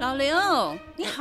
老刘，你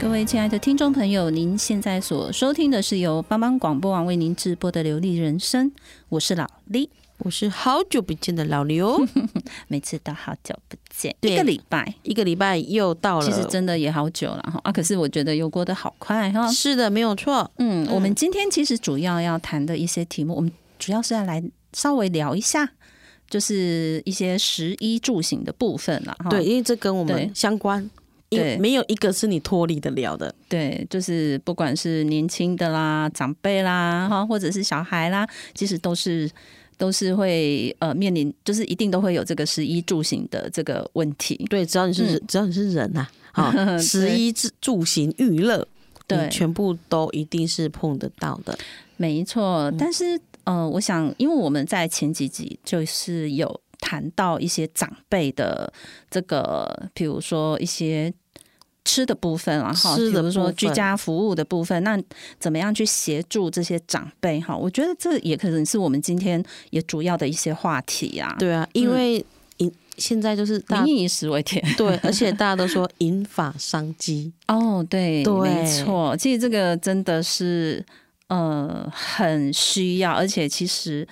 各位亲爱的听众朋友，您现在所收听的是由帮帮广播网为您直播的《流利人生》，我是老李。我是好久不见的老刘， 每次都好久不见，对一个礼拜，一个礼拜又到了。其实真的也好久了哈啊！可是我觉得又过得好快哈。是的，没有错。嗯，我们今天其实主要要谈的一些题目，我们主要是要来稍微聊一下，就是一些食衣住行的部分了哈。对，因为这跟我对们相关，因对为没有一个是你脱离得了的。对，就是不管是年轻的啦、长辈啦，哈，或者是小孩啦，其实都是都是会呃面临，就是一定都会有这个食衣住行的这个问题。对，只要你是、嗯只要你是人呐、 啊，啊、食衣住住行娱乐，你对啊全部都一定是碰得到的。没嗯错，但是呃，我想，因为我们在前几集就是有谈到一些长辈的这个，比如说一些。吃的部分啊，哈，比吃的如说部分居家服务的部分，那怎么样去协助这些长辈？哈，我觉得这也可能是我们今天也主要的一些话题啊。，对啊，因为银现在就是大民以食为天。 对，而且大家都说银发商机，哦，对，对没错，其实这个真的是呃很需要，而且其实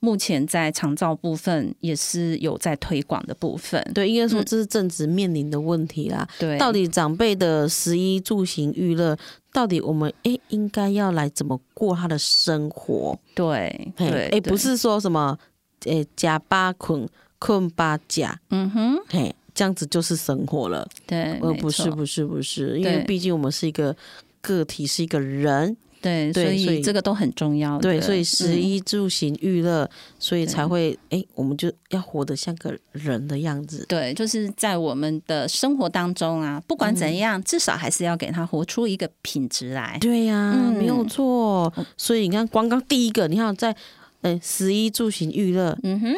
目前在长照部分也是有在推广的部分。对，应该说嗯这是正值面临的问题啦。对，到底长辈的食衣住行娱乐，到底我们诶应该要来怎么过他的生活？对嘿对，诶对不，是说什么诶假八困困八假，嗯哼，嘿，这样子就是生活了。对，呃，没不是错不是不是，因对为毕竟我们是一个个体，是一个人，对，所对所以以这个都很重要的。对，所以食嗯衣住行娱乐，所以才对会诶，我们就要活得像个人的样子。对，就是在我们的生活当中啊，不管怎样，至少还是要给他活出一个品质来。嗯对呀、嗯哦没有错。所以你看，光刚第一个，你看在呃食衣住行娱乐，嗯哼，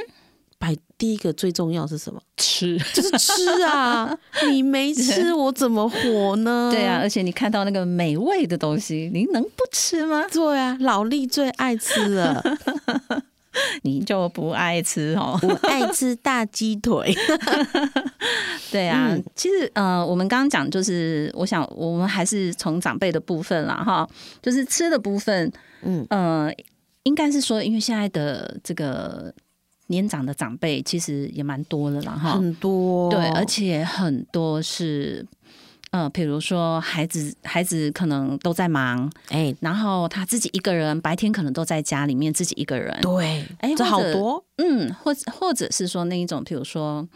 摆第一个最重要是什么？吃，就是吃啊！ 你没吃，我怎么活呢？对啊，，而且你看到那个美味的东西，您能不吃吗？对啊，老力最爱吃了， 你就不爱吃哦。我爱吃大鸡腿。对啊，嗯其实呃，我们刚刚讲就是，我想我们还是从长辈的部分啦，哈，就是吃的部分，嗯嗯呃，应该是说，因为现在的这个年长的长辈其实也蛮多了啦，哈，很多，哦对，而且很多是。呃，比如说孩子，孩子可能都在忙，哎、然后他自己一个人，白天可能都在家里面自己一个人，对，哎这或好者多嗯，或者或者是说那一种，比如说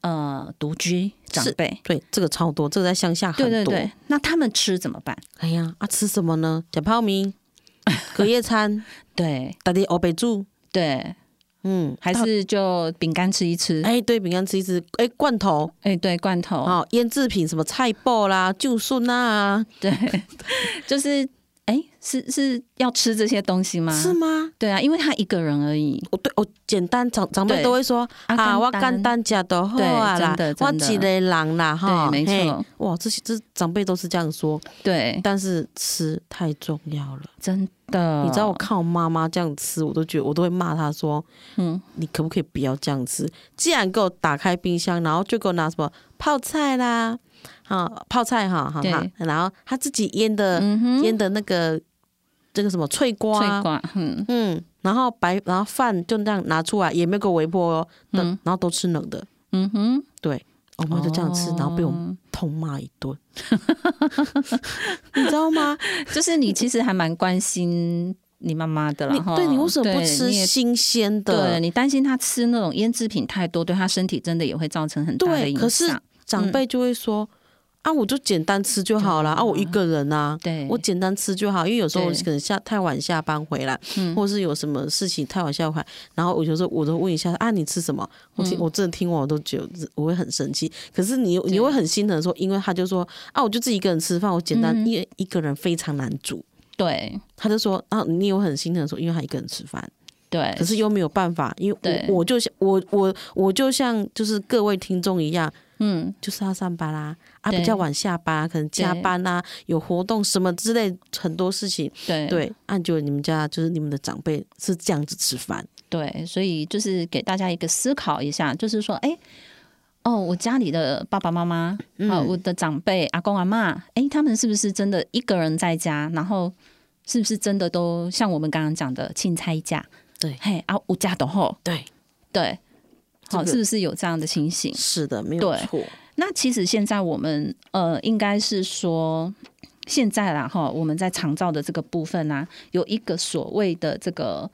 呃，独居长是辈，对，这个超多，这个在乡下很对多。对对，那他们吃怎么办？哎呀，啊，吃什么呢？假泡面、隔夜餐、对打的欧北住，对，嗯，还是就饼干吃一吃，哎、哎、对，饼干吃一吃，哎、罐头对，罐头，哦，腌制品什么菜脯啦、就笋啊，对， 就是哎、是是要吃这些东西吗？是吗？对啊，因为他一个人而已，哦，对，哦，简单长长对辈都会说啊简单啊，我简单吃都好啊啦对真的，我真的几个人啦哈，对没错哎嘿，哇，这些这长辈都是这样说，对，但是吃太重要了。真的，你知道我看我妈妈这样吃，我都觉得我都会骂她说，嗯，你可不可以不要这样吃？既然给我打开冰箱，然后就给我拿什么泡菜啦，啊，泡菜哈，哈对哈，然后她自己腌的、嗯哼，腌的那个这个什么脆瓜，脆瓜，嗯，嗯，然后白然后饭就这样拿出来，也没有给我微波哦，等、然后都吃冷的，嗯哼， 对，我们就这样吃，然后被我哦们痛骂一顿， 你知道 吗？就是你其实还蛮关心你妈妈的啦，你哈对你为什么不对吃你也新鲜对的？你担心她吃那种腌制品太多，对她身体真的也会造成很大的对，影可是响。长嗯辈就会说、啊，我就简单吃就好啦，啊，我一个人啊，哦对，我简单吃就好，因为有时候我对可能下太晚下班回来，嗯或是有什么事情太晚下班回来，然后我就说我都问一下啊，你吃什么？我嗯听、我真的听完我都觉得我会很生气，可是你你会很心疼说，因为他就说啊，我就自己一个人吃饭，我简单，嗯因为一个人非常难煮。对他就说啊，你有很心疼说，因为他一个人吃饭，对，可是又没有办法，因为对我我就像我我我就像就是各位听众一样，嗯，就是要上班啦、啊，对比较晚下班、啊，可能加班啦、有活动什么之类很多事情。对对，按就你们家就是你们的长辈是这样子吃饭，对，所以就是给大家一个思考一下，就是说，哎、哦，我家里的爸爸妈妈，啊、嗯我的长辈阿公阿妈，哎、他们是不是真的一个人在家？然后是不是真的都像我们刚刚讲的青菜一家？对嘿啊，五家都后，对对，好、这个是不是有这样的情形？是的，没有对错。那其实现在我们呃，应该是说现在啦哈，我们在长照的这个部分啊，有一个所谓的这个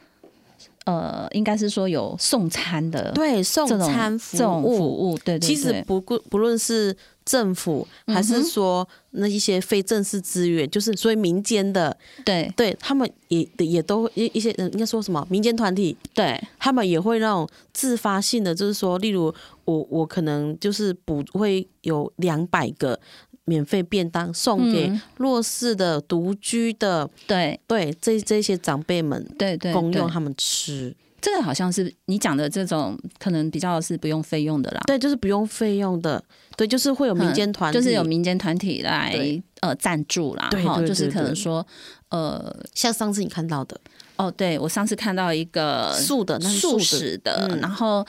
呃，应该是说有送餐的对，送这种餐服这种务，服务，对对对，其实不顾不论是政府还嗯是哼说那一些非正式资源，就是所以民间的，对对他们也也都一一些人应该说什么民间团体，对他们也会那种自发性的，就是说，例如我我可能就是补会有两百个免费便当送给嗯弱势的、独居的，对对这这些长辈们对对，公用对他们吃，这个好像是你讲的这种，可能比较是不用费用的啦，对，就是不用费用的，对，就是会有民间团体，嗯就是有民间团体来对呃赞助啦，对哈对就是对可能对说呃像上次你看到的哦，对我上次看到一个素的，那是呃素素的食的，嗯然后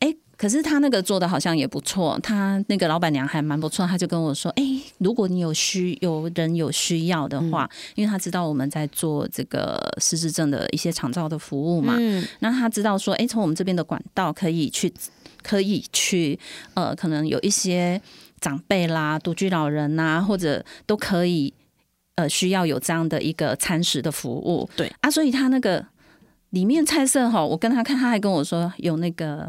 哎、可是他那个做的好像也不错，他那个老板娘还蛮不错，他就跟我说，哎、如果你有需有人有需要的话，因为他知道我们在做这个失智症的一些长照的服务嘛，嗯，那他知道说，哎、从我们这边的管道可以去，可以去，呃，可能有一些长辈啦、独居老人呐、或者都可以，呃，需要有这样的一个餐食的服务。对啊，所以他那个里面菜色哈，我跟他看，他还跟我说有那个。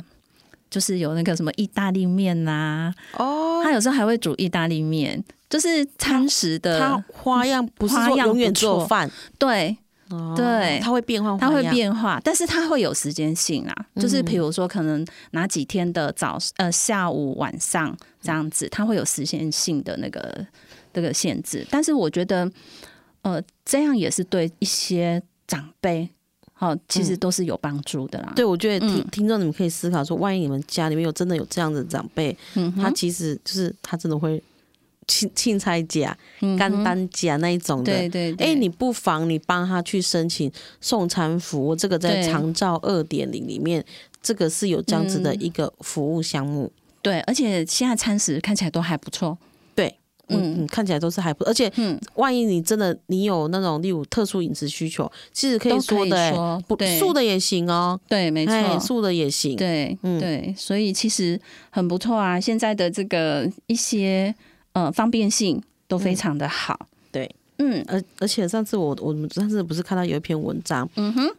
就是有那个什么意大利面呐、哦，他有时候还会煮意大利面，就是餐食他的，花样不是花说样永不远做错饭，对，哦对他会变换，它会。变化，但是它会有时间性啦，就是嗯比如说可能哪几天的早呃下午晚上这样子，它会有时间性的那个这个限制。但是我觉得，呃，这样也是对一些长辈，好、其实都是有帮助的啦。嗯对，我觉得听、嗯听众你们可以思考说，万一你们家里面有真的有这样的长辈，嗯哼，他其实就是他真的会庆庆菜夹、嗯哼干单夹那一种的。对对对，哎、你不妨你帮他去申请送餐服务，这个在对长照二点零里面，这个是有这样子的嗯一个服务项目。对，而且现在餐食看起来都还不错。对，嗯嗯嗯，看起来都是还不，而且嗯，万一你真的你有那种例如特殊饮食需求，其实可以都说可以的、哎说不对素的也行哦，对，没哎错，素的也行。对，嗯对，所以其实很不错啊，现在的这个一些呃方便性都非常的好。嗯对，嗯而而且上次我我们上次不是看到有一篇文章，嗯哼，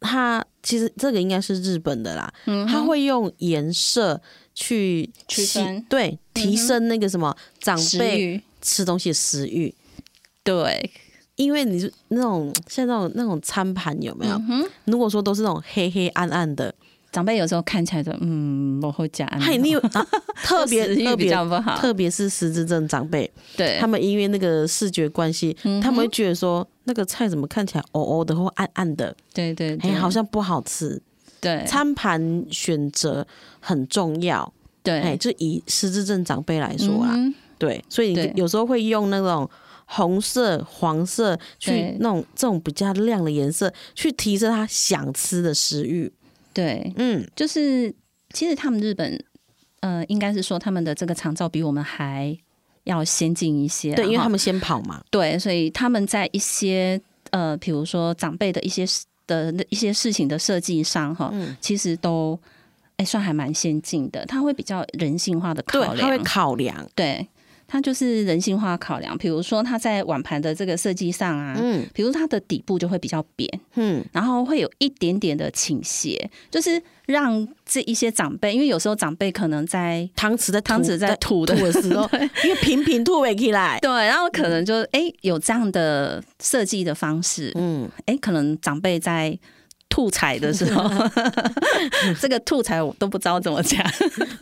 它其实这个应该是日本的啦，嗯哼它会用颜色去区吸分对，提升那个什么长食辈欲，吃东西的食欲，对，因为你是那种像那种那种餐盘有没有？嗯哼，如果说都是那种黑黑暗暗的，长辈有时候看起来就嗯不会加，哦嗨， 你有、啊特别食欲特比别较。不好，特别是失智症长辈，对他，们因为那个视觉关系，嗯哼他们会觉得说那个菜怎么看起来哦哦的或暗暗的，对对哎、对，好像不好吃。对餐盘选择很重要，哎，对就以失智症长辈来说啊啦，嗯哼对，所以你对有时候会用那种红色、黄色去对那种这种比较亮的颜色，去提升他想吃的食欲。对，嗯，就是其实他们日本呃应该是说他们的这个长照比我们还要先进一些啦，对，因为哈他们先跑嘛，对，所以他们在一些呃，比如说长辈的一些的那一些事情的设计上哈，嗯其实都哎、算还蛮先进的，它会比较人性化的考对量，，他会考量，对，它就是人性化考量。比如说，它在碗盘的这个设计上啊，嗯比如它的底部就会比较扁，嗯，然后会有一点点的倾斜，就是让这一些长辈，因为有时候长辈可能在汤匙在吐汤匙在吐的吐的时候， 因为频频吐不起 来，对，然后可能就哎、有这样的设计的方式，嗯，哎，可能长辈在吐彩的时 候，这个吐彩我都不知道怎么讲，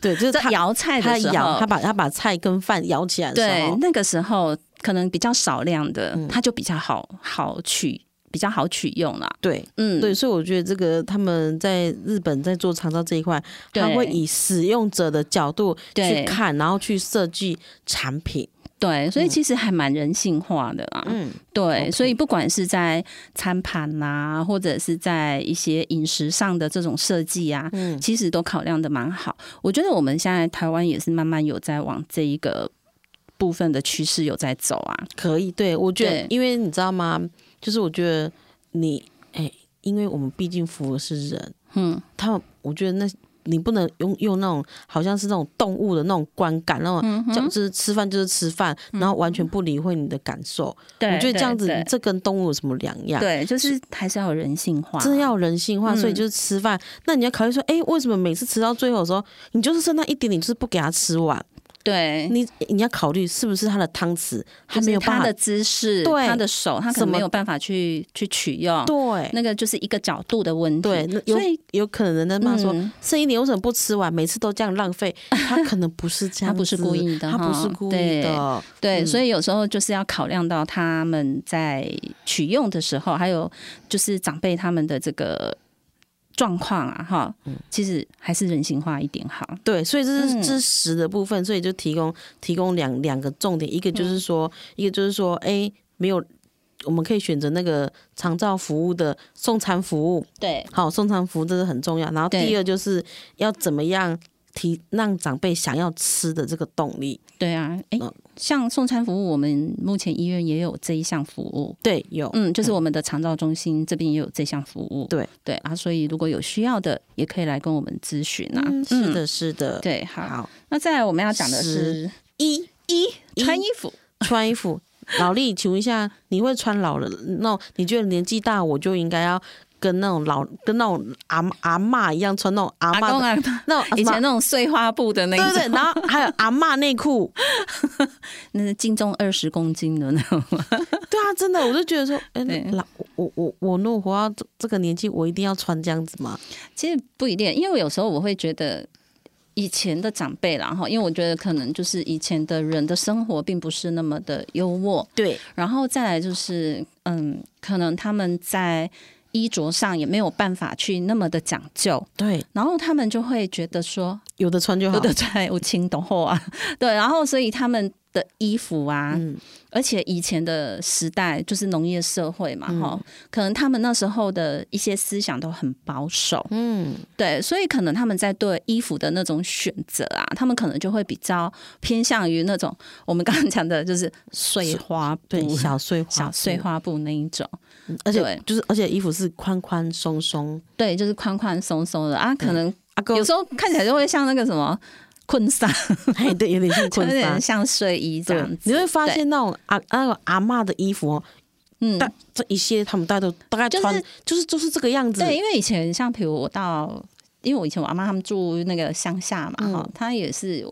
对， 就是在他摇菜他的时摇，候他，把他把菜跟饭摇起来的时对候，嗯那个时候可能比较少量的，它就比较好好取，比较好取用啦。对。嗯，对，所以我觉得这个他们在日本在做长照这一块，对他会以使用者的角度去对看，然后去设计产品。对，所以其实还蛮人性化的啦。嗯，对，所以不管是在餐盘啦、或者是在一些饮食上的这种设计啊，嗯其实都考量的蛮好。我觉得我们现在台湾也是慢慢有在往这一个部分的趋势有在走啊。可以。对我觉得对，因为你知道吗？就是我觉得你，哎，因为我们毕竟服务的是人，嗯，他们我觉得那。你不能用用那种好像是那种动物的那种观感，那嗯种就是吃饭就是吃饭，然后完全不理会你的感受。对我觉得这样子，对你这跟动物有什么两样？对，嗯就是还是要有人性化。真的要有人性化，所以就是吃饭，那你要考虑说，哎、为什么每次吃到最后的时候，你就是剩那一点点，就是不给他吃完？对，你你要考虑是不是他的汤匙还哎就是没有办他法的姿势，对他的手，他可什能么没有办法去去取用。对那个就是一个角度的问题。对，那有所以有可能在骂说、嗯剩一点为什么不吃完？每次都这样浪 费，他可能不是这样他子，不是故意的他不是哈故意对的，对，嗯所以有时候就是要考量到他们在取用的时候，还有就是长辈他们的这个状况啊，哈，嗯其实还是人性化一点好。对，所以这是嗯知识的部分，所以就提供提供两两个重点，一个就是说，嗯一个就是说，哎，没有，我们可以选择那个长照服务的送餐服务，对，好，送餐服务这是很重要。然后对第二就是要怎么样提让长辈想要吃的这个动力，对啊，诶，嗯像送餐服务，我们目前医院也有这一项服务。对，有，嗯，就是我们的长照中心这边也有这项服务，对对啊，所以如果有需要的，也可以来跟我们咨询啊。嗯，是的，是的，，对，好。好，那再来我们要讲的是一一一穿衣服，穿衣服。老力，请问一下，你会穿老人那种？你觉得年纪大我就应该要跟那种老跟那种阿阿嬷一样穿那种阿阿公啊嬷的阿嬷那种 以什前么那种碎花布的那一对种，对对，然后还有阿嬷内裤，那是净重二十公斤的那种。对啊，真的，我就觉 得说，哎、对老我我我如果活到这这个年纪，我一定要穿这样子吗？ 其实不一定，因为有时候我会觉得以前的长辈啦，哈，因为我觉得可能就是以前的人的生活并不是那么的优渥，对，然后再来就是，嗯，可能他们在衣着上也没有办法去那么的讲究，对，然后他们就会觉得说，有的穿就好。有的在有青懂后啊， 对，然后所以他们的衣服啊，嗯而且以前的时代就是农业社会嗯嘛，哈、可能他们那时候的一些思想都很保守，嗯，对，所以可能他们在对衣服的那种选择啊，他们可能就会比较偏向于那种我们刚刚讲的，就是碎花布、对，小碎花，嗯小碎，花布那一种，而且对就是而且衣服是宽宽松松，对，就是宽宽松松的啊，可能阿哥有时候看起来就会像那个什么困纱，哎，对，有点像就捆 有点纱。像睡衣这样对子，，你会发现那种阿那个阿嬷的衣服哦，嗯，大这一些他们大概都大概就是穿就是就是这个样子，对，因为以前像比如我到，因为我以前我阿妈他们住那个乡下嘛，嗯哈、她也是有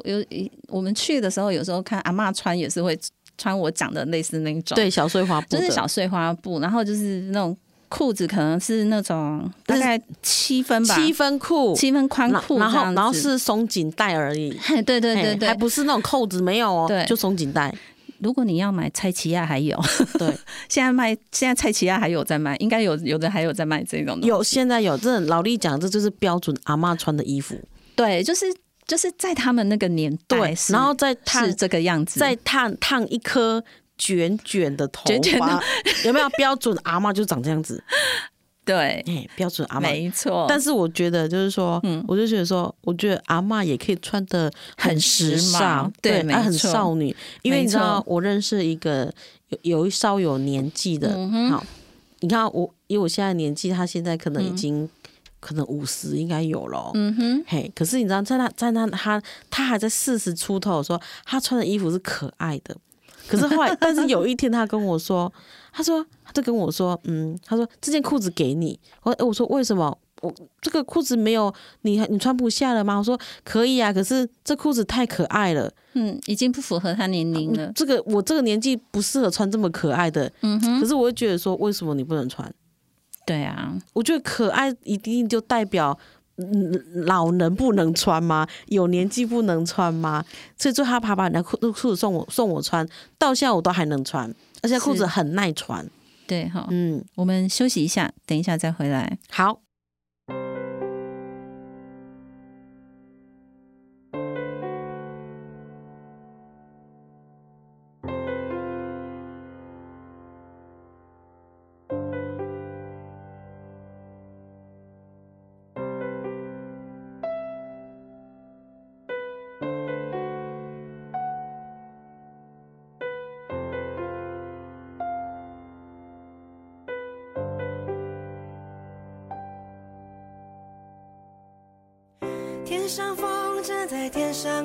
我们去的时候，有时候看阿妈穿也是会穿我讲的类似那种，，对小碎花布就的，是小碎花布，然后就是那种裤子可能是那种大概七分吧，七分裤，七分宽裤然这样后子，然后是松紧带而已，嘿。 对对对嘿对，还不是那种扣子没有哦对，就松紧带，如果你要买蔡奇亚还有， 对，现在卖现在蔡奇亚还有在卖，应该有有的还有在卖这种东西有现在有，这老力讲这就是标准阿嬷穿的衣服，对，就是就是在他们那个年代对是，，然后再烫是这个样子，再烫烫一颗卷卷的头发，卷卷的有没有标准阿嬷就长这样子？对，哎、标准阿嬷。没错，嗯但是我觉得就是说，我就觉得说，我觉得阿嬷也可以穿的很时时尚髦，对她没很错少女。因为没你知道错，嗯我认识一个有有一稍有年纪的，好，你看我以我现在年纪，他现在可能已经、可能五十应该有了。嗯哼，嘿，可是你知道，在他在他他他还在四十出头的时候，他穿的衣服是可爱的。可是后来，但是有一天他跟我说，他说他就跟我说，嗯，他说这件裤子给你。我说诶我说为什么？我这个裤子没有你你穿不下了吗？我说可以啊，可是这裤子太可爱了，嗯，已经不符合他年龄了。这个我这个年纪不适合穿这么可爱的。嗯哼，可是我会觉得说，为什么你不能穿？对啊，我觉得可爱一定就代表嗯老人不能穿吗？有年纪不能穿吗？所以最后他爸把你的裤裤子送我送我穿，到现在我都还能穿，而且裤子是很耐穿。对哈、嗯，我们休息一下，等一下再回来。好，天上风筝在天上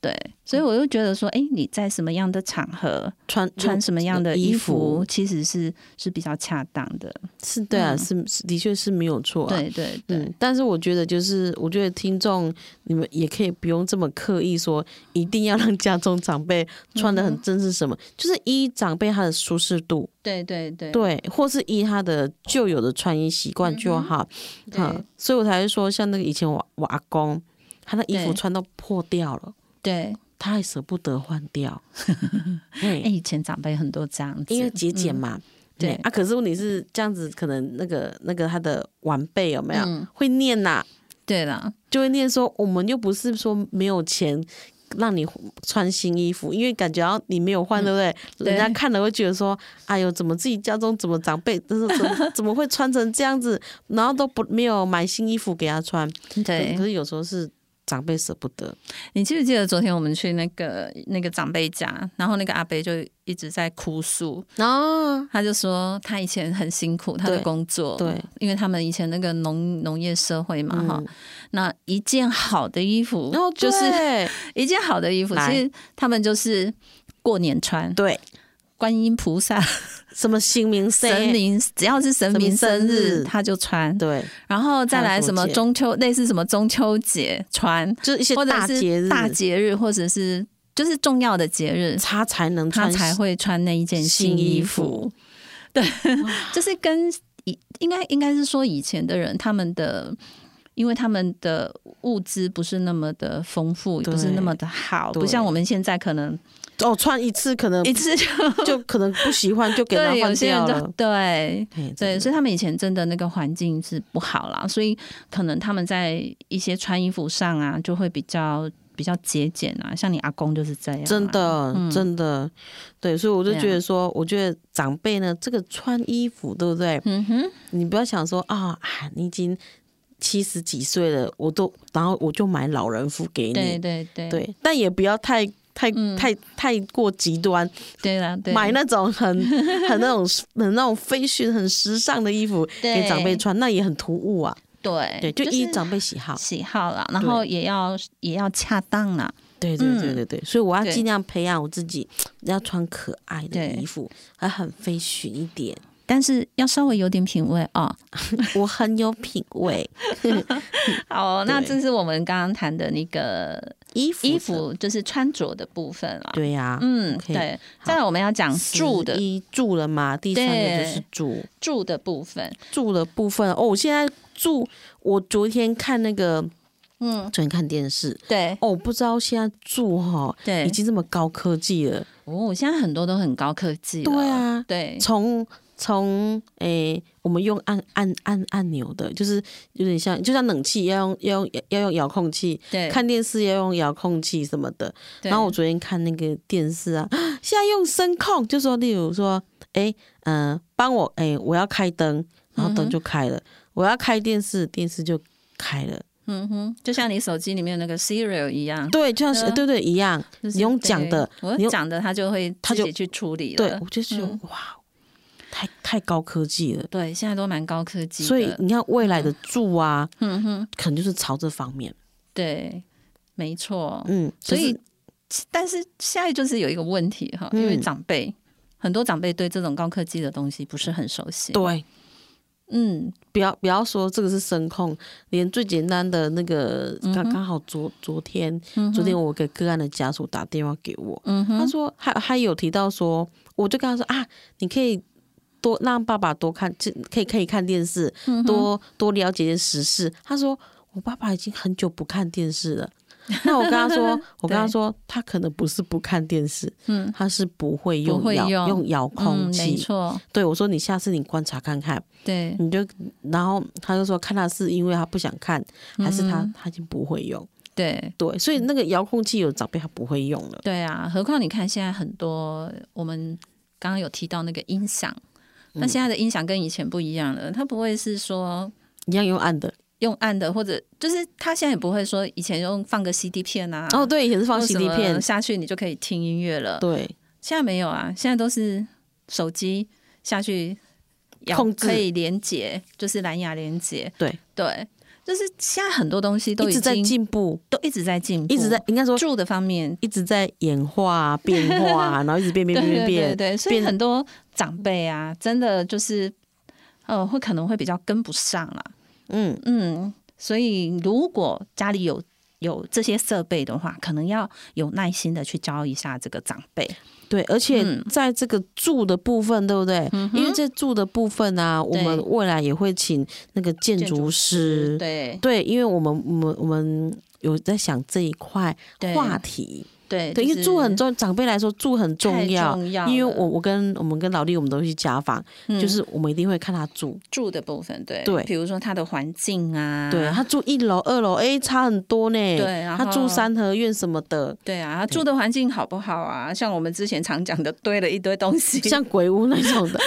对，所以我就觉得说，哎、你在什么样的场合穿穿什么样的衣衣服服，其实是是比较恰当的。是对啊，嗯是是的确是没有错、啊。对对对，嗯，但是我觉得就是，我觉得听众你们也可以不用这么刻意说，一定要让家中长辈穿的很正式什么，嗯就是依长辈他的舒适度，对对对对，或是依他的旧有的穿衣习惯就好。对嗯，所以我才会说，像那个以前我我阿公，他的衣服对穿到破掉了，对。他还舍不得换 掉。哎、哎，以前长辈很多这样子，因为节俭嗯嘛。对嘿啊，可是问题是这样子，可能那个那个他的晚辈有没有、嗯会念呐、对啦，就会念说，我们又不是说没有钱让你穿新衣服，因为感觉到你没有换，对不对？嗯对人家看了会觉得说，哎呦，怎么自己家中怎么长辈，就是怎 么怎么会穿成这样子，然后都不没有买新衣服给他穿。对可，是有时候是长辈舍不得，你记不记得昨天我们去那个那个长辈家，然后那个阿伯就一直在哭诉，啊，他就说他以前很辛苦他的对工作，对，因为他们以前那个农农业社会嘛哈、嗯那一件好的衣服，然后就就是是一件好的衣服，来其实他们就是过年穿，对观音菩萨、什么新明谁神明，只要是神明神生明生日日他就穿，对，然后再还来有什什么么节中秋，类似什么中秋节穿，就是一些或者大节是日大节日，或者是就是重要的节日，他才能他穿才会穿那一件新新衣衣服 服。对，就是跟以应该应该是说以前的人他们的。因为他们的物资不是那么的丰富，也不是对那么的好，对不像我们现在可能哦，穿一次可能一次就就可能不喜欢就给他 对，有换些人掉就了。对嘿对，真的所以他们以前真的那个环境是不好啦，所以可能他们在一些穿衣服上啊，就会比较比较节俭啊。像你阿公就是这样啊、真的，嗯真的，对，所以我就对啊觉得说，我觉得长辈呢，这个穿衣服，对不对？嗯哼，你不要想说啊，啊，你已经七十几岁了，我都，然后我就买老人服给你，对对对对但也不要太太、嗯太太过极端，对啦，对买那种很很那种很那种 fashion 很时尚的衣服给对长辈穿，那也很突兀啊。对对，就依是长辈喜好。喜好啦，然后也要也要恰当啦。对对对嗯对对，所以我要对尽量培养我自己，要穿可爱的对衣服，还很 fashion 一点。但是要稍微有点品味哦。我很有品味， 好哦，那对这是我们刚刚谈的那个衣服衣服，就是穿着的部分啦。，对呀、嗯 OK，对。好再来，我们要讲食嗯住的衣住了嘛，第三个就是对住住的部分。住的部分哦。我现在住，我昨天看那个，嗯，昨天看电视对。哦，我不知道现在住哈，对已经这么高科技了，哦，现在很多都很高科技了。对啊对，从从诶，我们用按按按按钮的，就是有点像，就像冷气要用要用要用遥控器，对，看电视要用遥控器什么的。对，然后我昨天看那个电视啊，现在用声控，就说例如说，诶，嗯、帮我，诶，我要开灯，然后嗯灯哼就开了；我要开电视，电视就开了。嗯哼，就像你手机里面那个 Serial 一样，对，就像是、对啊对对一样，就是你用讲的对我你用用讲的，它就会它自就己去处理对了我。就觉得、嗯哇，太太高科技了。对，现在都蛮高科技的，所以你看未来的住啊，嗯哼，可能就是朝这方面。对，没错。嗯，哦所就是以，但是现在就是有一个问题哈，因为嗯长辈很多长辈对这种高科技的东西不是很熟悉。对，嗯，不要不要说这个是声控，连最简单的那个，嗯哼刚刚好昨昨天，嗯哼昨天我给个案的家属打电话给我，嗯他哼，说还还有提到说，我就跟他说啊，你可以。多让爸爸多看，就可以可以看电视，嗯哼多多了解点时事。他说我爸爸已经很久不看电视 了。那我跟他说，我跟他对说，他可能不是不看电视，嗯他是不会用不会遥用用遥控嗯，没器。错，对我说，你下次你观察看看，对，你就，然后他就说看他是因为他不想看，还是他嗯他已经不会用？对。对，所以那个遥控器有长辈他不会用了。对啊，何况你看现在很多我们刚刚有提到那个音响，那嗯现在的音响跟以前不一样了，它不会是说一样用按的。用按的，或者就是它现在也不会说以前用放个 CD 片啊，哦，对，以前是放或 CD 什么片。下去，你就可以听音乐了。对，现在没有啊，现在都是手机下去遥控制可以连接，就是蓝牙连接。对对，就是现在很多东西都一已直经在进步，都一直在进步，一直在应该说住的方面，一直在演化啊、变化 啊，然后一直变变变变对对变，对，所以变很多长辈啊，真的就是呃，会可能会比较跟不上啦。嗯，嗯，所以如果家里有有这些设备的话，可能要有耐心的去教一下这个长辈。对，而且嗯在这个住的部分，对不对？因为这住的部分啊，我对们未来也会请那个建建筑筑师，对对，因为我们我们我们有在想这一块对话题，对，对，因就为是住很重，长辈来说住很太重要。重要因为我了我跟我们跟老弟，我们都去家访，嗯就是我们一定会看他住，住的部分，对对比如说他的环境啊，对他住一楼、二楼，哎，差很多呢。对然他住后三合院什么的，对啊，他住的环境好不好啊？像我们之前常讲的，堆了一堆东西，像鬼屋那种 的，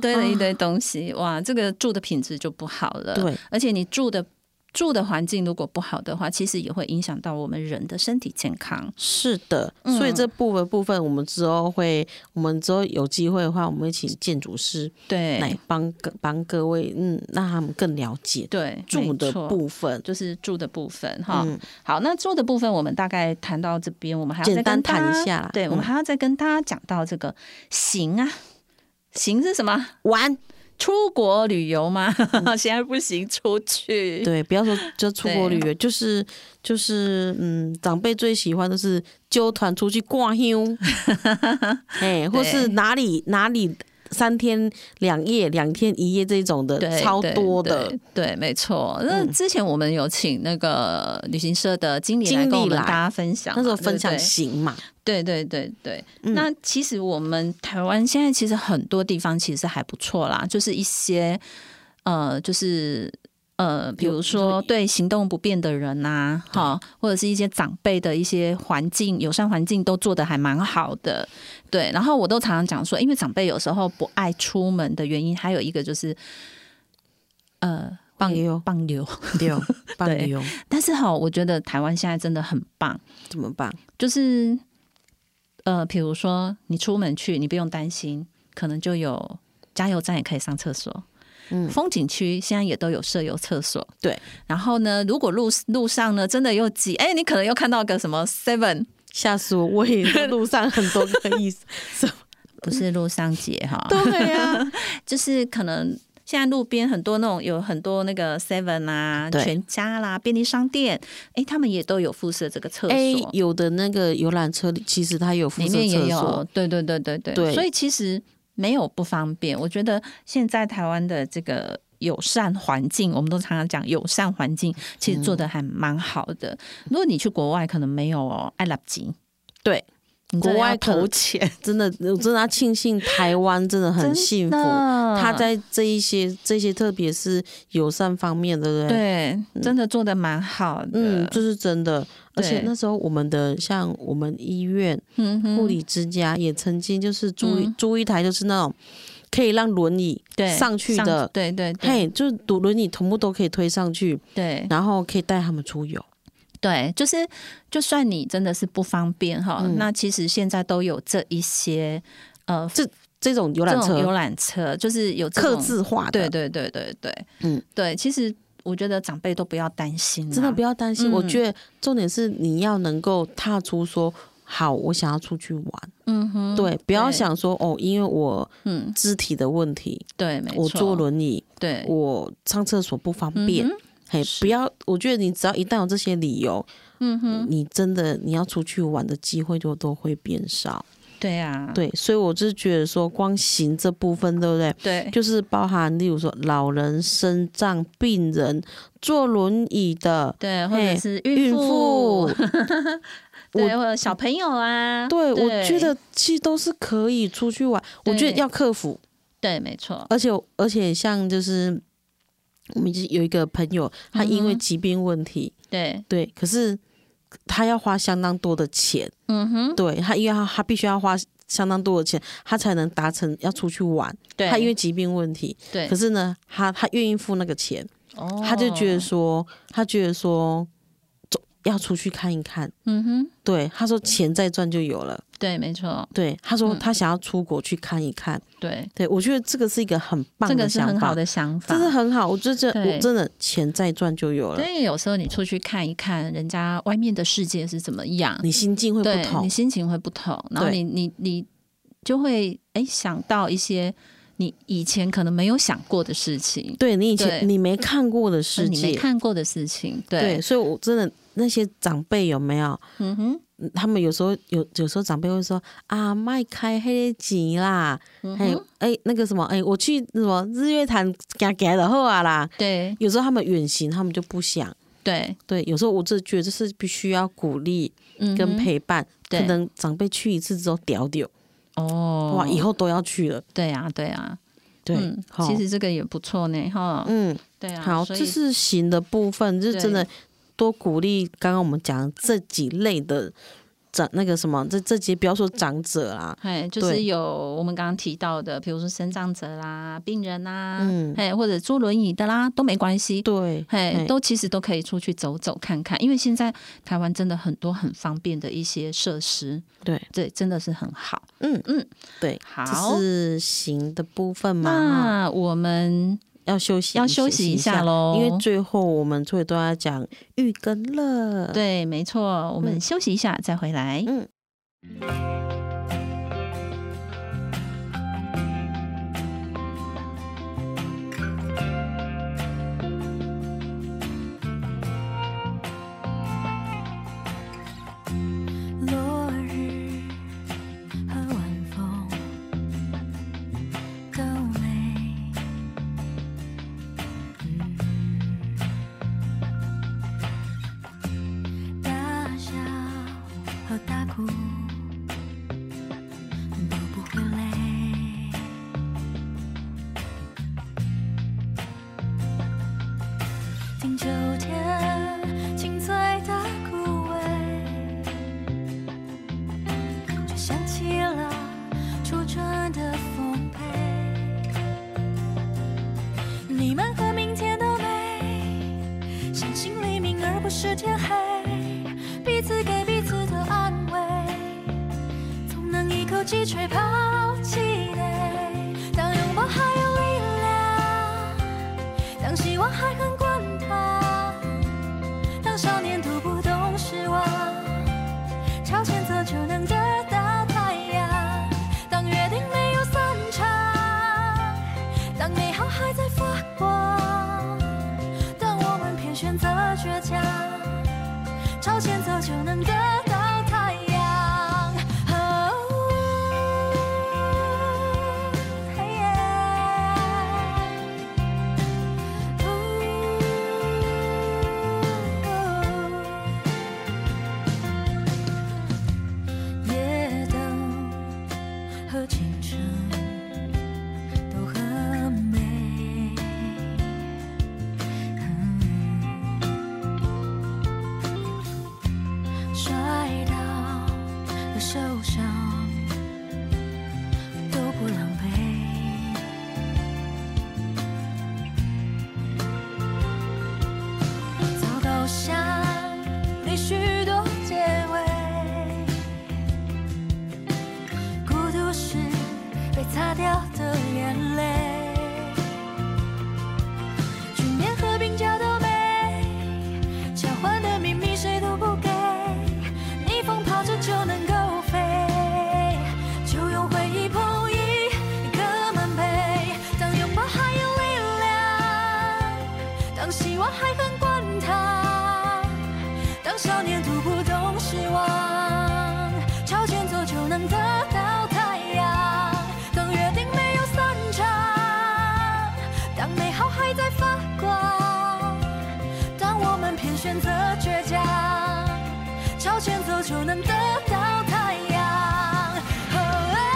堆了一堆东西，哇，这个住的品质就不好了。对，而且你住的住的环境如果不好的话，其实也会影响到我们人的身体健康。是的。所以嗯这部分部分，我们之后会，我们之后有机会的话，我们会请建筑师来对帮各帮各位，嗯，让他们更了解对，住的没错部分。就是住的部分哈。嗯好，那住的部分我们大概谈到这边，我们还要简再单跟大谈一家下啦对，我嗯们还要再跟大家讲到这个行啊，行是什么？玩出国旅游吗？嗯 现在不行，出去。对，不要说就出国对旅游，就是就是嗯，长辈最喜欢的是揪团出去逛 乡，哎，或是对哪里哪里三天两夜、两天一夜这种的，对，超对多的嗯对。对，没错。那之前我们有请那个旅行社的经理来跟我经理们来大家分享嘛，那时候对分不享对行嘛，对对对对，嗯那其实我们台湾现在其实很多地方其实还不错啦，就是一些呃，就是呃，比如说对行动不便的人呐、哈，或者是一些长辈的一些环境友善环境都做的还蛮好的，对。然后我都常常讲说，因为长辈有时候不爱出门的原因，还有一个就是呃，放牛棒流。 对， 棒对游但是哈，我觉得台湾现在真的很棒。怎么办？就是呃，比如说你出门去，你不用担心，可能就有加油站也可以上厕所。嗯风景区现在也都有设有厕所，对。然后呢，如果路路上呢真的又挤，哎，你可能又看到个什么 Seven，吓死我！我也是路上很多个意思，不是路上挤哈，对呀， 就是可能现在路边很多那种有很多那个 Seven 啊、对全家啦、便利商店，哎，他们也都有附设这个厕 所。哎，有的那个游览车里其实它有附里设面也厕有所，，对对对对对，对所以其实没有不方便。我觉得现在台湾的这个友善环境，我们都常常讲友善环境，其实做嗯的还蛮好的。如果你去国外，可能没有哦，爱拉吉，对，你真国的要外可投钱，真的，我真的要庆幸台湾真 的很幸福。他他在这一些这些，特别是友善方面，对不对？，对真的做的蛮好的，嗯，这是真的。而对且那时候我们的像我们医院嗯哼护理之家也曾经就是租一嗯租一台，就是那种可以让轮椅对上去的，对对对嘿，就是轮轮椅同步都可以推上去，对然后可以带他们出游。对，就是就算你真的是不方便哈，嗯那其实现在都有这一些呃这种游这览种游车览车，就是有这刻种，字化对的，对对对对，嗯嗯，对，其实我觉得长辈都不要担心、真的不要，要担心。嗯我觉得重点是你要能够踏出说，好，我想要出去玩。嗯哼，对，不要对想说哦，因为我嗯，肢体的问题，对，没错，我坐，轮椅，对，我上厕所不方嗯便。哼嘿，是不要！我觉得你只要一旦有这些理由，嗯哼，你真的你要出去玩的机会就都会变少。对啊，对，所以我是觉得说，光行这部分，对不对？对，就是包含例如说老人、身障病人、坐轮椅的对，或嘿者是孕妇，妇，我对，或者小朋友啊， 对我觉得其实都是可以出去玩。我觉得对要克服，对，没错，而且而且像就是我们有一个朋友，他因为嗯哼疾病问题，对，对，可是他要花相当多的钱，嗯哼，对他，因为他他必须要花相当多的钱，他才能达成要出去玩。对，他因为疾病问题，对，哦可是是呢，他他愿意付那个钱，他就觉得说，他觉得说。总要出去看一看。嗯哼，对，他说钱再赚就有了。对，没错，对，他说嗯他想要出国去看一看。对，对，我觉得这个是一个很棒这的个是想法，很好的想法这。是很好。我就觉得对我真的钱再赚就有了所，以有时候你出去看一看人家外面的世界是怎么样，你心境会对不同你。心情会不同，然后对你你你就会哎想到一些你以前可能没有想过的事情，对你以对嗯前你没看过的世你没界，看过的事情，对，所以我真的那些长辈有没有？嗯哼，嗯他们有时候有有时候长辈会说啊，卖开黑吉啦，嗯哎哼，哎、那个什么，哎、我去什么日月潭嘎嘎的后啊啦。对有时候他们远行，他们就不想。对，对，有时候我这觉得这是必须要鼓励嗯哼跟陪伴，对可能长辈去一次之后屌屌，哦，哇，以后都要去了。对啊对啊，对，嗯好其实这个也不错呢，哈，嗯，对啊，好，所这以是行的部分，就对真的多鼓励刚刚我们讲的这几类的长那个什么，这这几不要说长者啦，哎，就对是有我们刚刚提到的，比如说生长者啦、病人啦，嗯哎，或者坐轮椅的啦，都没关系。对，哎嘿，都其实都可以出去走走看看，因为现在台湾真的很多很方便的一些设施，对，对，真的是很好。嗯嗯，对，好这是行的部分嘛，那我们要休息，要休息一下喽因为最后我们最后都要讲玉跟乐，，对，没错，我们嗯休息一下再回来。嗯。落日和晚风都美，嗯大笑和大哭都不会累。听秋天青翠的枯萎。就想起了初春的丰沛。你们和明天的美，相信黎明而不是天黑，彼此给彼此的安慰，总能一口气吹跑气馁。当拥抱还有力量，当希望还很滚烫，当少年都不懂失望。朝前走就能得到太阳。当约定没有散场，当美好还在发光，当我们偏选择倔强，朝前走就能得到太阳。哦嘿耶哦 Oh，夜灯和清晨都很美，嗯摔倒和受伤都不狼狈。早高想你许多结尾，孤独是被擦掉的眼泪，去年和平交的美，交换的秘密谁都不给，逆风跑着就能够飞，就用回忆碰一个满杯，当拥抱还有力量。当希望还很滚烫，当少年读不懂失望，朝前走就能得到太阳。当约定没有散场，当美好还在发光，当我们偏选择倔强，朝前走就能得到太阳。哦哎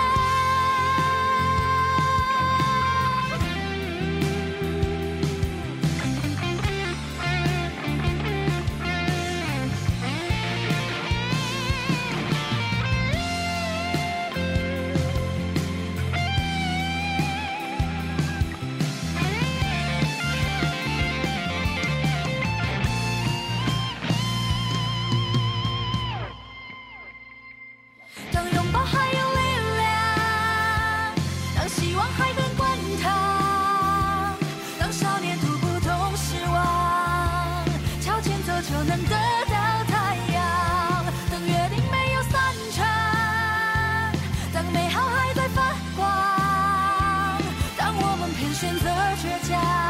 ，Oh，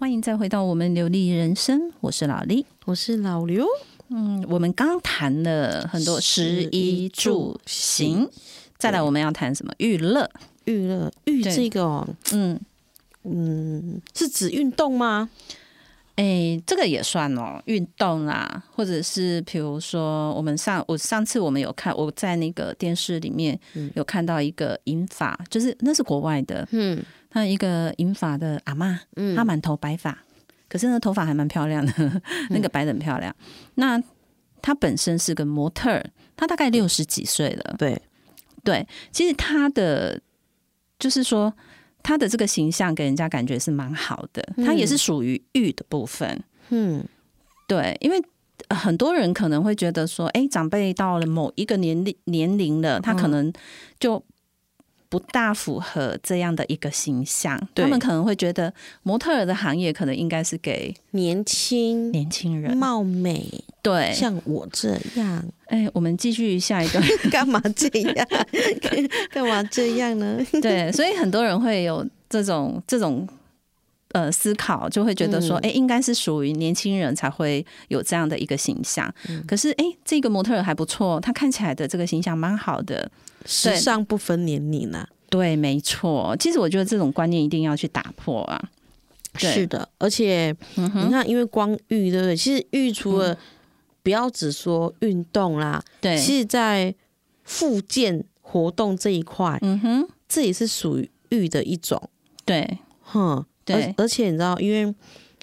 欢迎再回到我们流利人生，我是老李。我是老刘，嗯，我们刚谈了很多食食衣衣住住行，再来我们要谈什么？娱乐。娱乐娱对这个哦，嗯，嗯，是指运动吗？哎，这个也算哦，运动啦，或者是比如说，我们上我上次我们有看，我在那个电视里面有看到一个银发，就是那是国外的，嗯那一个银发的阿嬷，嗯她满头白发，可是呢头发还蛮漂亮的， 那嗯个白的很漂亮。那她本身是个模特儿，她大概六十几岁了，对，对，其实她的就是说。她的这个形象给人家感觉是蛮好的，她也是属于玉的部分，嗯，对，因为呃很多人可能会觉得说，哎，长辈到了某一个年龄年龄了，他嗯可能就不大符合这样的一个形象。对他们可能会觉得模特儿的行业可能应该是给年轻、年轻人。貌美，对，像我这 样，哎，我们继续下 一个。干嘛这样？ 干嘛这样呢？对，所以很多人会有这种这种。呃，思考就会觉得说，嗯哎、应该是属于年轻人才会有这样的一个形象。嗯可是，哎、这个模特儿还不错，他看起来的这个形象蛮好的，时尚不分年龄啊呐、对，没错。其实我觉得这种观念一定要去打破啊。对是的，而且、嗯你哼，嗯看，因为光浴对不对？其实浴除了不要只说运动啦，对，其实在复健活动这一块，嗯哼，这也是属于浴的一种，对哼。对而而且你知道，因为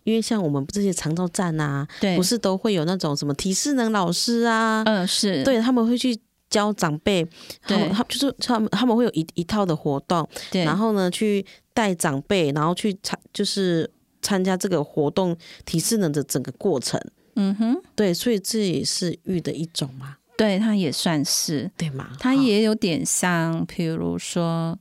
因为像我们这些长照站啊，对，不，是都会有那种什么体适能老师啊，嗯、是，对他们会去教长辈，他们对他就是他们他们会有一一套的活动，对，然后呢去带长辈，然后去参就是参加这个活动体适能的整个过程。嗯哼，对，所以这也是育的一种嘛，对，他也算是，对吗？他也有点像，比如说，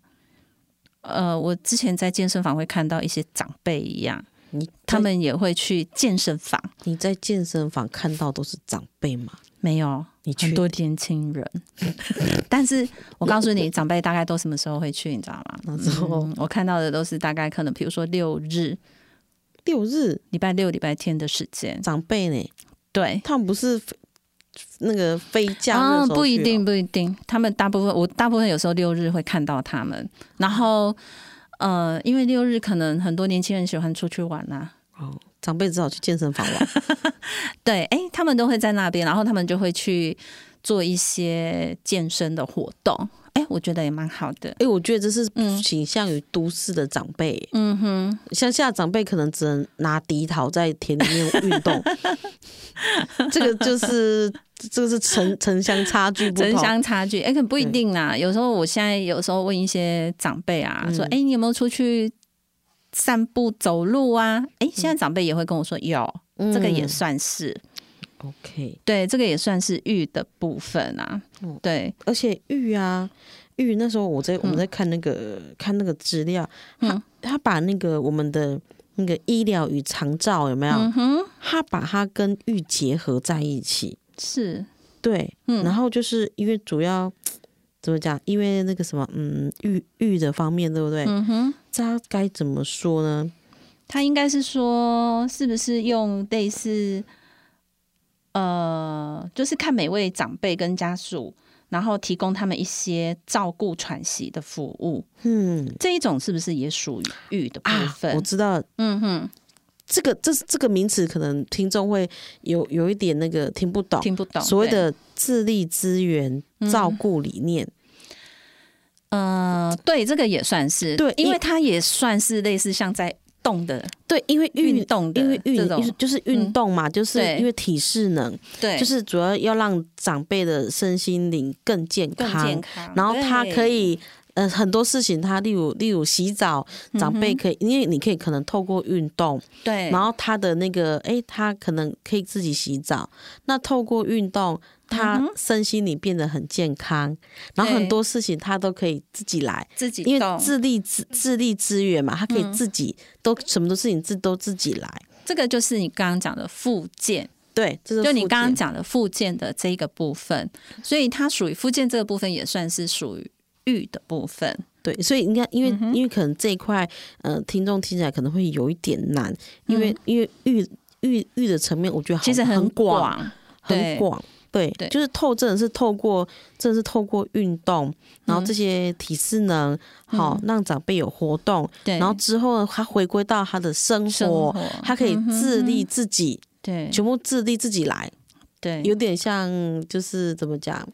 呃，我之前在健身房会看到一些长辈一样，好你他在们也会去健身房，你在健身房看到都是长辈嘛？没有。你很去多年轻人， 但是我告诉你，长辈大概都什么时候会去，你知道吗？那时候嗯我看到的都是大概可能，比如说六日、六日礼拜六、礼拜天的时间。长辈呢，对，他们不是非那个非假日的啊，时候不一去哦定，不一定。他们大部分，我大部分有时候六日会看到他们，然后呃，因为六日可能很多年轻人喜欢出去玩啊。哦，长辈只好去健身房玩。对，哎，他们都会在那边，然后他们就会去做一些健身的活动。哎，我觉得也蛮好的。哎，我觉得这是嗯倾向于都市的长辈耶，嗯哼，乡下长辈可能只能拿笛桃在田里面运 动，这个就是这个是城城乡差距不城同。乡差距，哎、可不一定啦。有时候我现在有时候问一些长辈啊，说：“哎、你有没有出去散步、走路啊？”哎、现在长辈也会跟我说有，嗯这个也算是 OK，对，这个也算是育的部分啊。嗯对，而且玉啊玉，那时候我在我们在看那个、看那个资料，他嗯他把那个我们的那个医疗与长照有没有？嗯哼，他把它跟玉结合在一起，是，对，嗯，然后就是因为主要怎么讲？因为那个什么，嗯，玉玉的方面，对不对？嗯哼，他该怎么说呢？他应该是说，是不是用类似，呃，就是看每位长辈跟家属，然后提供他们一些照顾、喘息的服务。嗯这一种是不是也属于玉的部啊，分？我知道嗯哼，这个这这个名词，可能听众会有有一点那个听不懂。听不懂。所谓对嗯的智力资源照顾理念，呃，对，这个也算是对因因为它也算是类似像在动的对，因为运运动的因为这运种，嗯就是运动嘛，就是对因为体适能，对，就是主要要让长辈的身心灵更健更康，健康。然后他对可以。呃，很多事情他，例如例如洗澡，长辈可以，因为你可以可能透过运动，嗯对，然后他的那个，哎，他可能可以自己洗澡。那透过运动，他身心里变得很健康，然后很嗯对多事情他都可以自己来，自己因为动，嗯自力自自力资源嘛，他可以自己、都什么都事情自都自己来。这个就是你刚刚讲的附件，对，这是就你附刚刚件讲的附件的这一个部分，所以它属于附件这个部分也算是属于玉的部分。对，所以你看，嗯因为、因为可能这一块，呃，听众听起来可能会有一点难，因为、因为育育育的层面，我觉得好嗯其实很广，广，对很广。对，对就是透，真的是透过，真的是透过运动，然后嗯这些体适能，好、让长辈有活动，对，然后之后呢，他回归到他的生活，生活，他可以嗯哼自立嗯哼自己，对，全部自立自己来，对，有点像就是怎么讲，不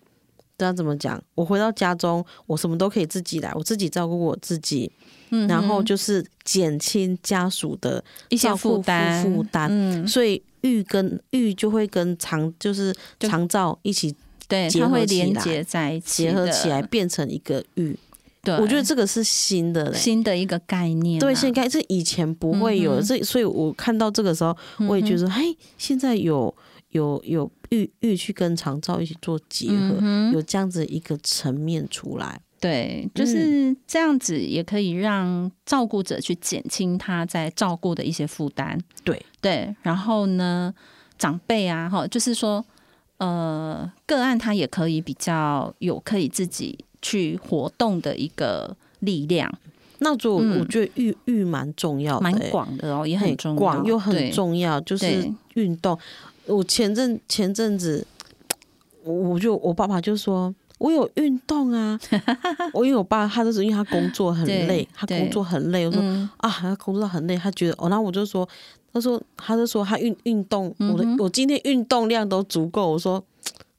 知道怎么讲。我回到家中，我什么都可以自己来，我自己照顾我自己，嗯哼然后就是减轻家属的一些照顾负担负担嗯，所以育跟育就会跟长就是就长照一起对，结它合会起连来接在一起结的，合起来变成一个育，对，我觉得这个是新的嘞。新的一个概念啊，对，现在这以前不会有嗯的，哼嗯这、所以我看到这个时候，我也觉得说，嘿，现在有有有育育去跟长照一起做结合，嗯哼有这样子一个层面出来。对，嗯就是这样子，也可以让照顾者去减轻他在照顾的一些负担。对对，然后呢，长辈啊，哈，就是说，呃，个案他也可以比较有可以自己去活动的一个力量，那如果嗯我觉得育育蛮重要的、蛮欸，广的哦，也嘿很重要，广又很对，重要，就是对，运动。我前阵前阵子，我我就我爸爸就说。我有运动 啊，我因为我爸他就是因为他工作很对累，他对工作很累，我说嗯，啊，他工作到很累，他觉得哦，然后我就说，他说他就说他运运动，我的嗯哼我今天运动量都足够，我说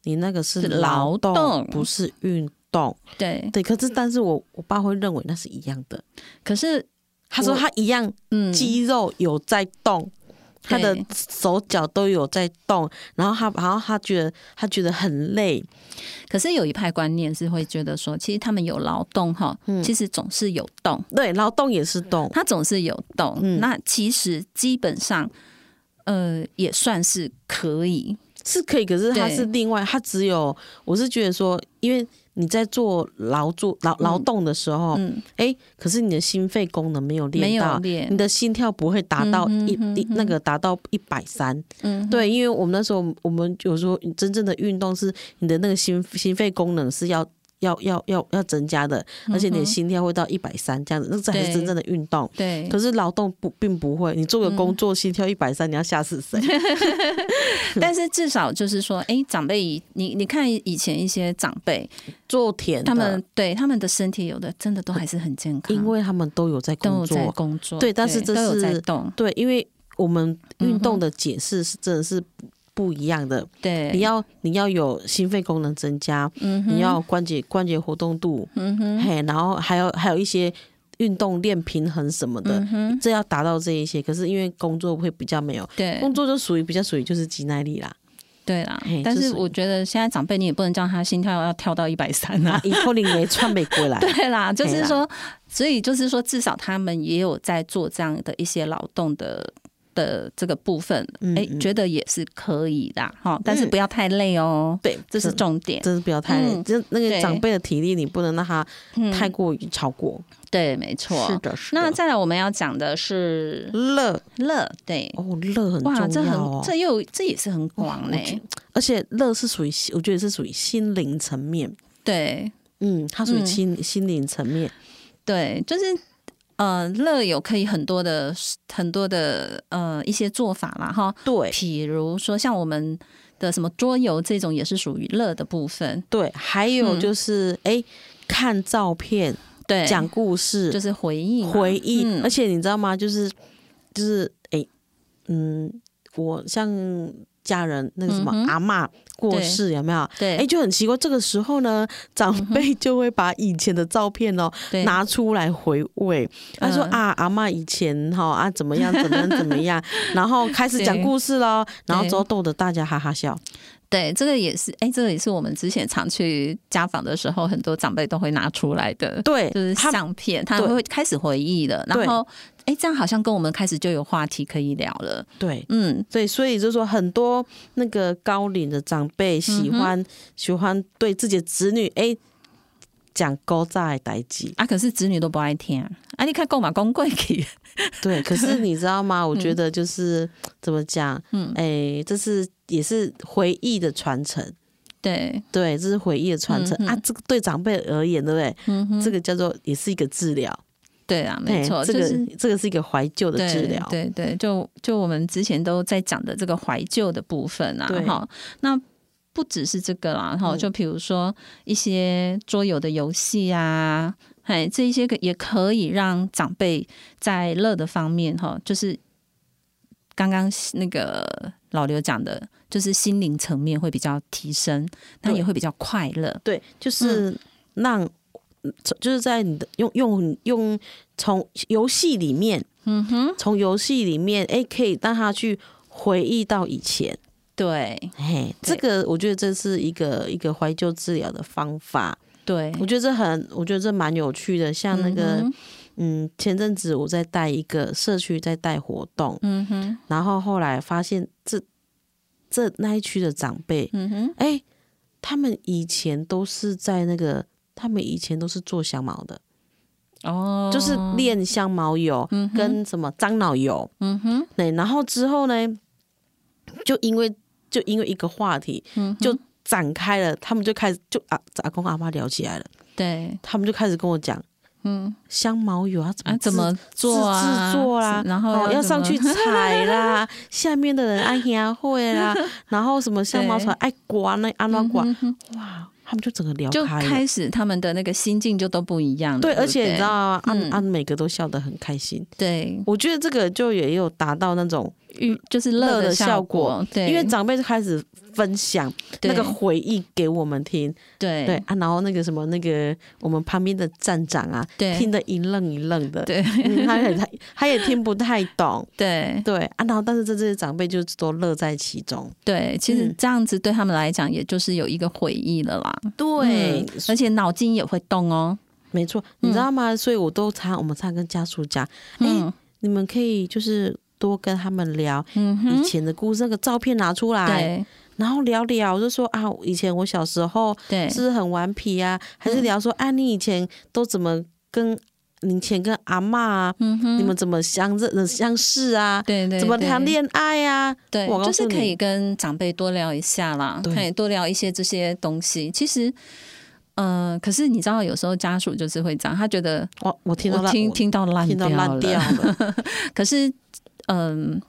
你那个是是劳劳动，动不是运动。对。对，可是但是我我爸会认为那是一样的，可是，他说我他一样嗯，肌肉有在动。他的对手脚都有在动，然后他，然后他觉得他觉得很累，可是有一派观念是会觉得说，其实他们有劳动哈，嗯其实总是有动，对，劳动也是动，它总是有动。嗯那其实基本上，呃，也算是可以。是可以，可是它对是另外，它只有我是觉得说，因为你在做劳作劳劳动的时候，嗯，哎、可是你的心肺功能没有没练有到，练你。的心跳不会达到嗯哼一、嗯哼一那个达到一百三。嗯，对，因为我们那时候我们有时候真正的运动是你的那个心心肺功能是要。要要要要增加的，而且你的心跳会到一百三这样子，那这才是嗯对真正的运动。对嗯可。是劳动不并不会，你做个工作心跳一百三，你要吓死 谁？但是至少就是说，哎，长辈，你你看以前一些长辈，做甜的，他们对他们的身体有的真的都还是很健康，因为他们都有在都工有在作，工作，对但是这都有在是动，对，因为我们嗯运动的解释是真的是不不一样的。对，你要你要有心肺功能增加，嗯哼你要有关节关节活动度，嗯哼嘿，然后还有还有一些运动练平衡什么的嗯，哼，这要达到这一些。可是因为工作会比较没有，对，工作就属于比较属于就是肌耐力啦，对啦嘿，但这是属于我觉得现在长辈你也不能叫他心跳要跳到一百三啊啊，，以后你也穿美过来， 对啦，就嘿是啦说，所以就是说，至少他们也有在做这样的一些劳动的的这个部分，嗯哎、嗯觉得也是可以的哈，但是不要太累哦，对，这是真重点。真是不要太累，嗯就那个对长辈的体力你不能让他嗯太过于超过。对，没错。是的，是的。那再来我们要讲的是乐乐，对，哦，乐很哇，这重很要哦，这又这也是很广嘞、而且乐是属于心我觉得是属于心灵层面，对嗯，它属于嗯心、心灵层面，对，就是。呃，乐有可以很多的很多的呃一些做法啦，哈，对比如说像我们的什么桌游这种，也是属于乐的部分。对。还有嗯就是哎、诶看照片、对，讲故事、就是回忆嘛，回忆、嗯而且你知道吗？就是就是哎、诶嗯，我像家人那个什么、嗯哼阿嬷过世有没有？对，嗯哎、就很奇怪，这个时候呢，长辈就会把以前的照片哦，对，拿出来回味。他说、嗯啊，阿嬷以前哈啊怎么样怎么样怎么样， 然后开始讲对故事喽，然后对之后逗得大家哈哈笑。对，这个也是，哎，这个也是我们之前常去家访的时候，很多长辈都会拿出来的，对，就是他相片，他对会开始回忆了，对然后，哎，这样好像跟我们开始就有话题可以聊了，对嗯，。对，所以就说很多那个高龄的长辈喜欢、喜欢对自己的子女哎讲高炸的代际 啊，可是子女都不爱听啊，啊，你看购买公贵去，对，可是你知道吗？我觉得就是、怎么讲，嗯哎，这是也是回忆的传承。对， 对，这是回忆的传承、嗯哼啊。这个对长辈而言，对不对？嗯哼，这个叫做也是一个治疗，对啊，嘿没错，这就个是这个是一个怀旧的对治疗，对对，就就我们之前都在讲的这个怀旧的部分啊对，哈，那不只是这个啦，哈，嗯就比如说一些桌游的游戏啊，哎，这一些个也可以让长辈在乐的方面，哈，就是刚刚那个老刘讲的，就是心灵层面会比较提升，那对也会比较快乐，对，就是嗯让，就是在你的用用用从游戏里面，嗯哼，从游戏里面，哎，可以让他去回忆到以前。对嘿，这个我觉得这是一个一个怀旧治疗的方法，对，我觉得这很，我觉得这蛮有趣的。像那个，嗯哼嗯，前阵子我在带一个社区在带活动，嗯哼，然后后来发现这这那一区的长辈，嗯哼，哎、他们以前都是在那个，他们以前都是做香茅的，哦，就是炼香茅油嗯哼跟什么樟脑油，嗯哼，对，然后之后呢，就因为就因为一个话题嗯哼，就展开了，他们就开始就啊阿公阿妈聊起来了，对。他们就开始跟我讲嗯香茅油啊怎么、啊，怎么做啊？制作啦，然后哦要怎上么去采 啦，下面的人爱呀会啦，然后什么香茅草对爱刮那安拉刮，嗯哼哇，他们就整个聊就开了。开始他们的那个心境就都不一样了。对，对不对，而且你知道啊，安、嗯安、每个都笑得很开心。对，我觉得这个就也有达到那种欲就是乐乐的效效果，对，因为长辈就开始分享对那个回忆给我们听，对对啊，然后那个什么那个我们旁边的站长啊，对听得一愣一愣的，对嗯他也他他也听不太懂，对对啊，然后但是这这些长辈就都乐在其中，对，其实嗯这样子对他们来讲，也就是有一个回忆了啦。对嗯而且脑筋也会动哦。没错，你知道吗？所以我都常我们常跟家属讲，哎、嗯你们可以就是多跟他们聊嗯以哼，前的故事，那个照片拿出来，对然后聊聊，就说啊，以前我小时候对嗯是不是很顽皮啊，还是聊说，哎、啊，你以前都怎么跟你以前跟阿嬷啊，嗯哼，你们怎么相认呃相识啊？对对怎么对谈恋爱啊？对我，告就诉是可你以跟长辈多聊一下啦，对可以多聊一些这些东西。其实，呃，可是你知道，有时候家属就是会这样，他觉得我我听到我烂听我听到烂听到烂掉了，了， 可是，嗯、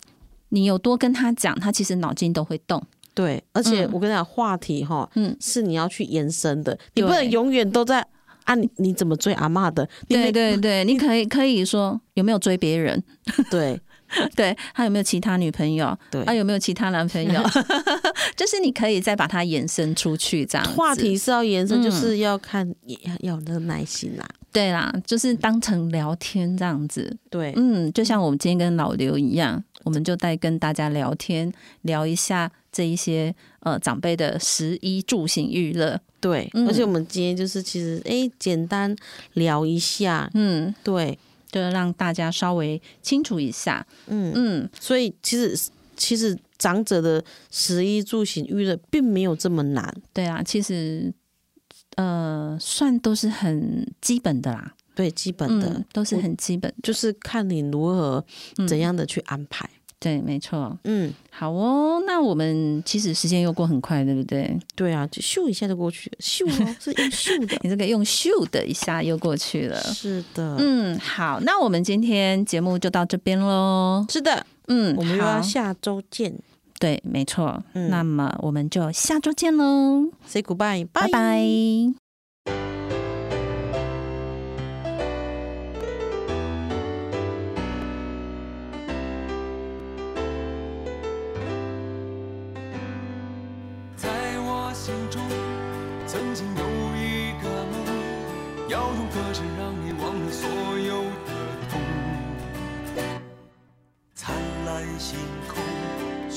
你有多跟他讲，他其实脑筋都会动。对，而且嗯我跟你讲，话题哈，嗯，是你要去延伸的，你不能对永远都在啊，你你怎么追阿嬷的？你对每对对，你可以可以说有没有追别人， 对对他有没有其他女朋友，对啊有没有其他男朋友， 就是你可以再把它延伸出去这样子话题是要延伸，嗯就是要看也要有那个耐心啦。对啦，就是当成聊天这样子，对，嗯，就像我们今天跟老刘一样，我们就在跟大家聊天，聊一下这一些呃长辈的食衣住行娱乐。对，嗯而且我们今天就是其实哎，简单聊一下，嗯，对，就让大家稍微清楚一下。嗯，嗯，所以其实其实长者的食衣住行娱乐并没有这么难，对啊，其实呃，算都是很基本的啦，对，基本的嗯、都是很基本的，就是看你如何嗯怎样的去安排。对，没错。嗯，好哦，那我们其实时间又过很快，对不对？，对啊，就咻一下就过去了，咻哦，是用咻的 你这个用咻的一下又过去了。是的，嗯，好，那我们今天节目就到这边喽。是的，嗯，我们又好要下周见对，没错。嗯那么我们就下周见喽， ，say goodbye，拜拜拜。在我心中，曾经有一个梦，要用歌声让你忘了所有的痛。灿烂星空，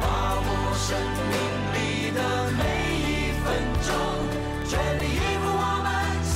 把握生命里的每一分钟，全力以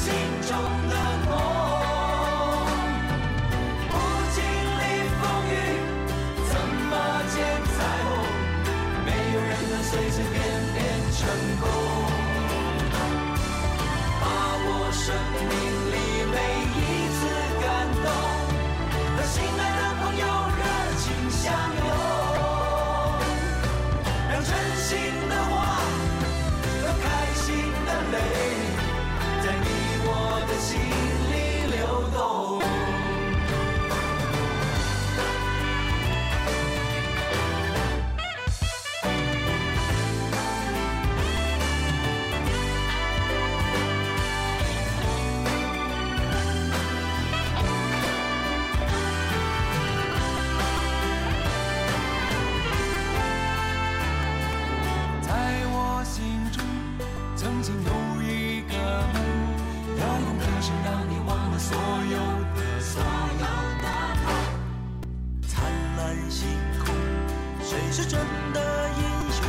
是真的英雄？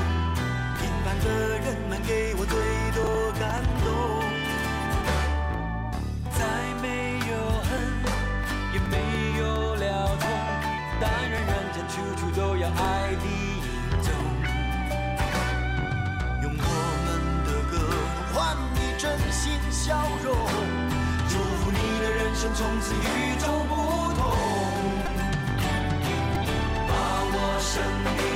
平凡的人们给我最多感动。再没有恨，也没有了痛，但愿人间处处都有爱的影踪。用我们的歌换你真心笑容，祝福你的人生从此与众不同。把握生命